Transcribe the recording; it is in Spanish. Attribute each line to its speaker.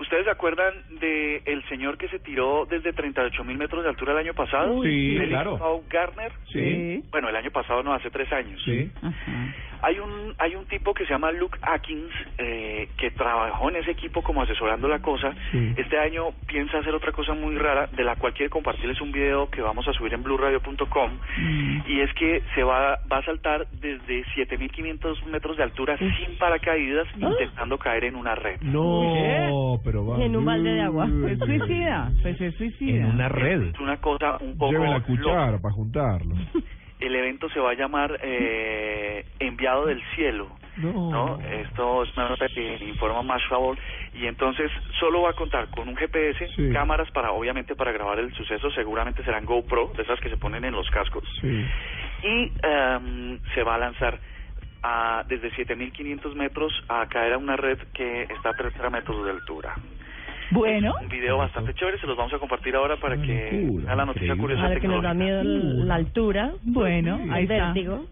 Speaker 1: ¿Ustedes se acuerdan de el señor que se tiró desde 38 mil metros de altura el año pasado?
Speaker 2: Sí,
Speaker 1: Félix
Speaker 2: claro.
Speaker 1: Pau Garner.
Speaker 2: Sí.
Speaker 1: Bueno, el año pasado no, hace tres años.
Speaker 2: Sí.
Speaker 3: Ah,
Speaker 1: Hay un hay un tipo que se llama Luke Atkins eh, que trabajó en ese equipo como asesorando la cosa.
Speaker 2: Sí.
Speaker 1: Este año piensa hacer otra cosa muy rara de la cual quiere compartirles un video que vamos a subir en blueradio.com
Speaker 2: Mm.
Speaker 1: y es que se va va a saltar desde 7500 metros de altura sin paracaídas
Speaker 2: Ah.
Speaker 1: intentando caer en una red.
Speaker 2: No, pero va.
Speaker 3: En un balde de agua.
Speaker 4: Es suicida, pues es
Speaker 2: En
Speaker 4: suicida.
Speaker 2: una red.
Speaker 1: Es una cosa un poco
Speaker 2: Lleve la
Speaker 1: loca.
Speaker 2: cuchara para juntarlo.
Speaker 1: el evento se va a llamar eh, Enviado del Cielo.
Speaker 2: No.
Speaker 1: ¿no? eh, Esto es una nota que informa más favor. Y entonces solo va a contar con un GPS,
Speaker 2: Sí.
Speaker 1: cámaras para, obviamente, para grabar el suceso. Seguramente serán GoPro, de esas que se ponen en los cascos.
Speaker 2: Sí.
Speaker 1: Y em, se va a lanzar a, desde 7500 metros a caer a una red que está a 30 metros de altura.
Speaker 4: Bueno,
Speaker 1: Un video bastante chévere, se los vamos a compartir ahora para
Speaker 2: Una
Speaker 1: que
Speaker 2: locura,
Speaker 1: a la noticia
Speaker 2: Ah, increíble.
Speaker 1: curiosa
Speaker 3: Ahora que nos da
Speaker 1: tecnológica.
Speaker 3: miedo la altura,
Speaker 4: bueno, ahí
Speaker 3: el
Speaker 4: está.
Speaker 3: vértigo.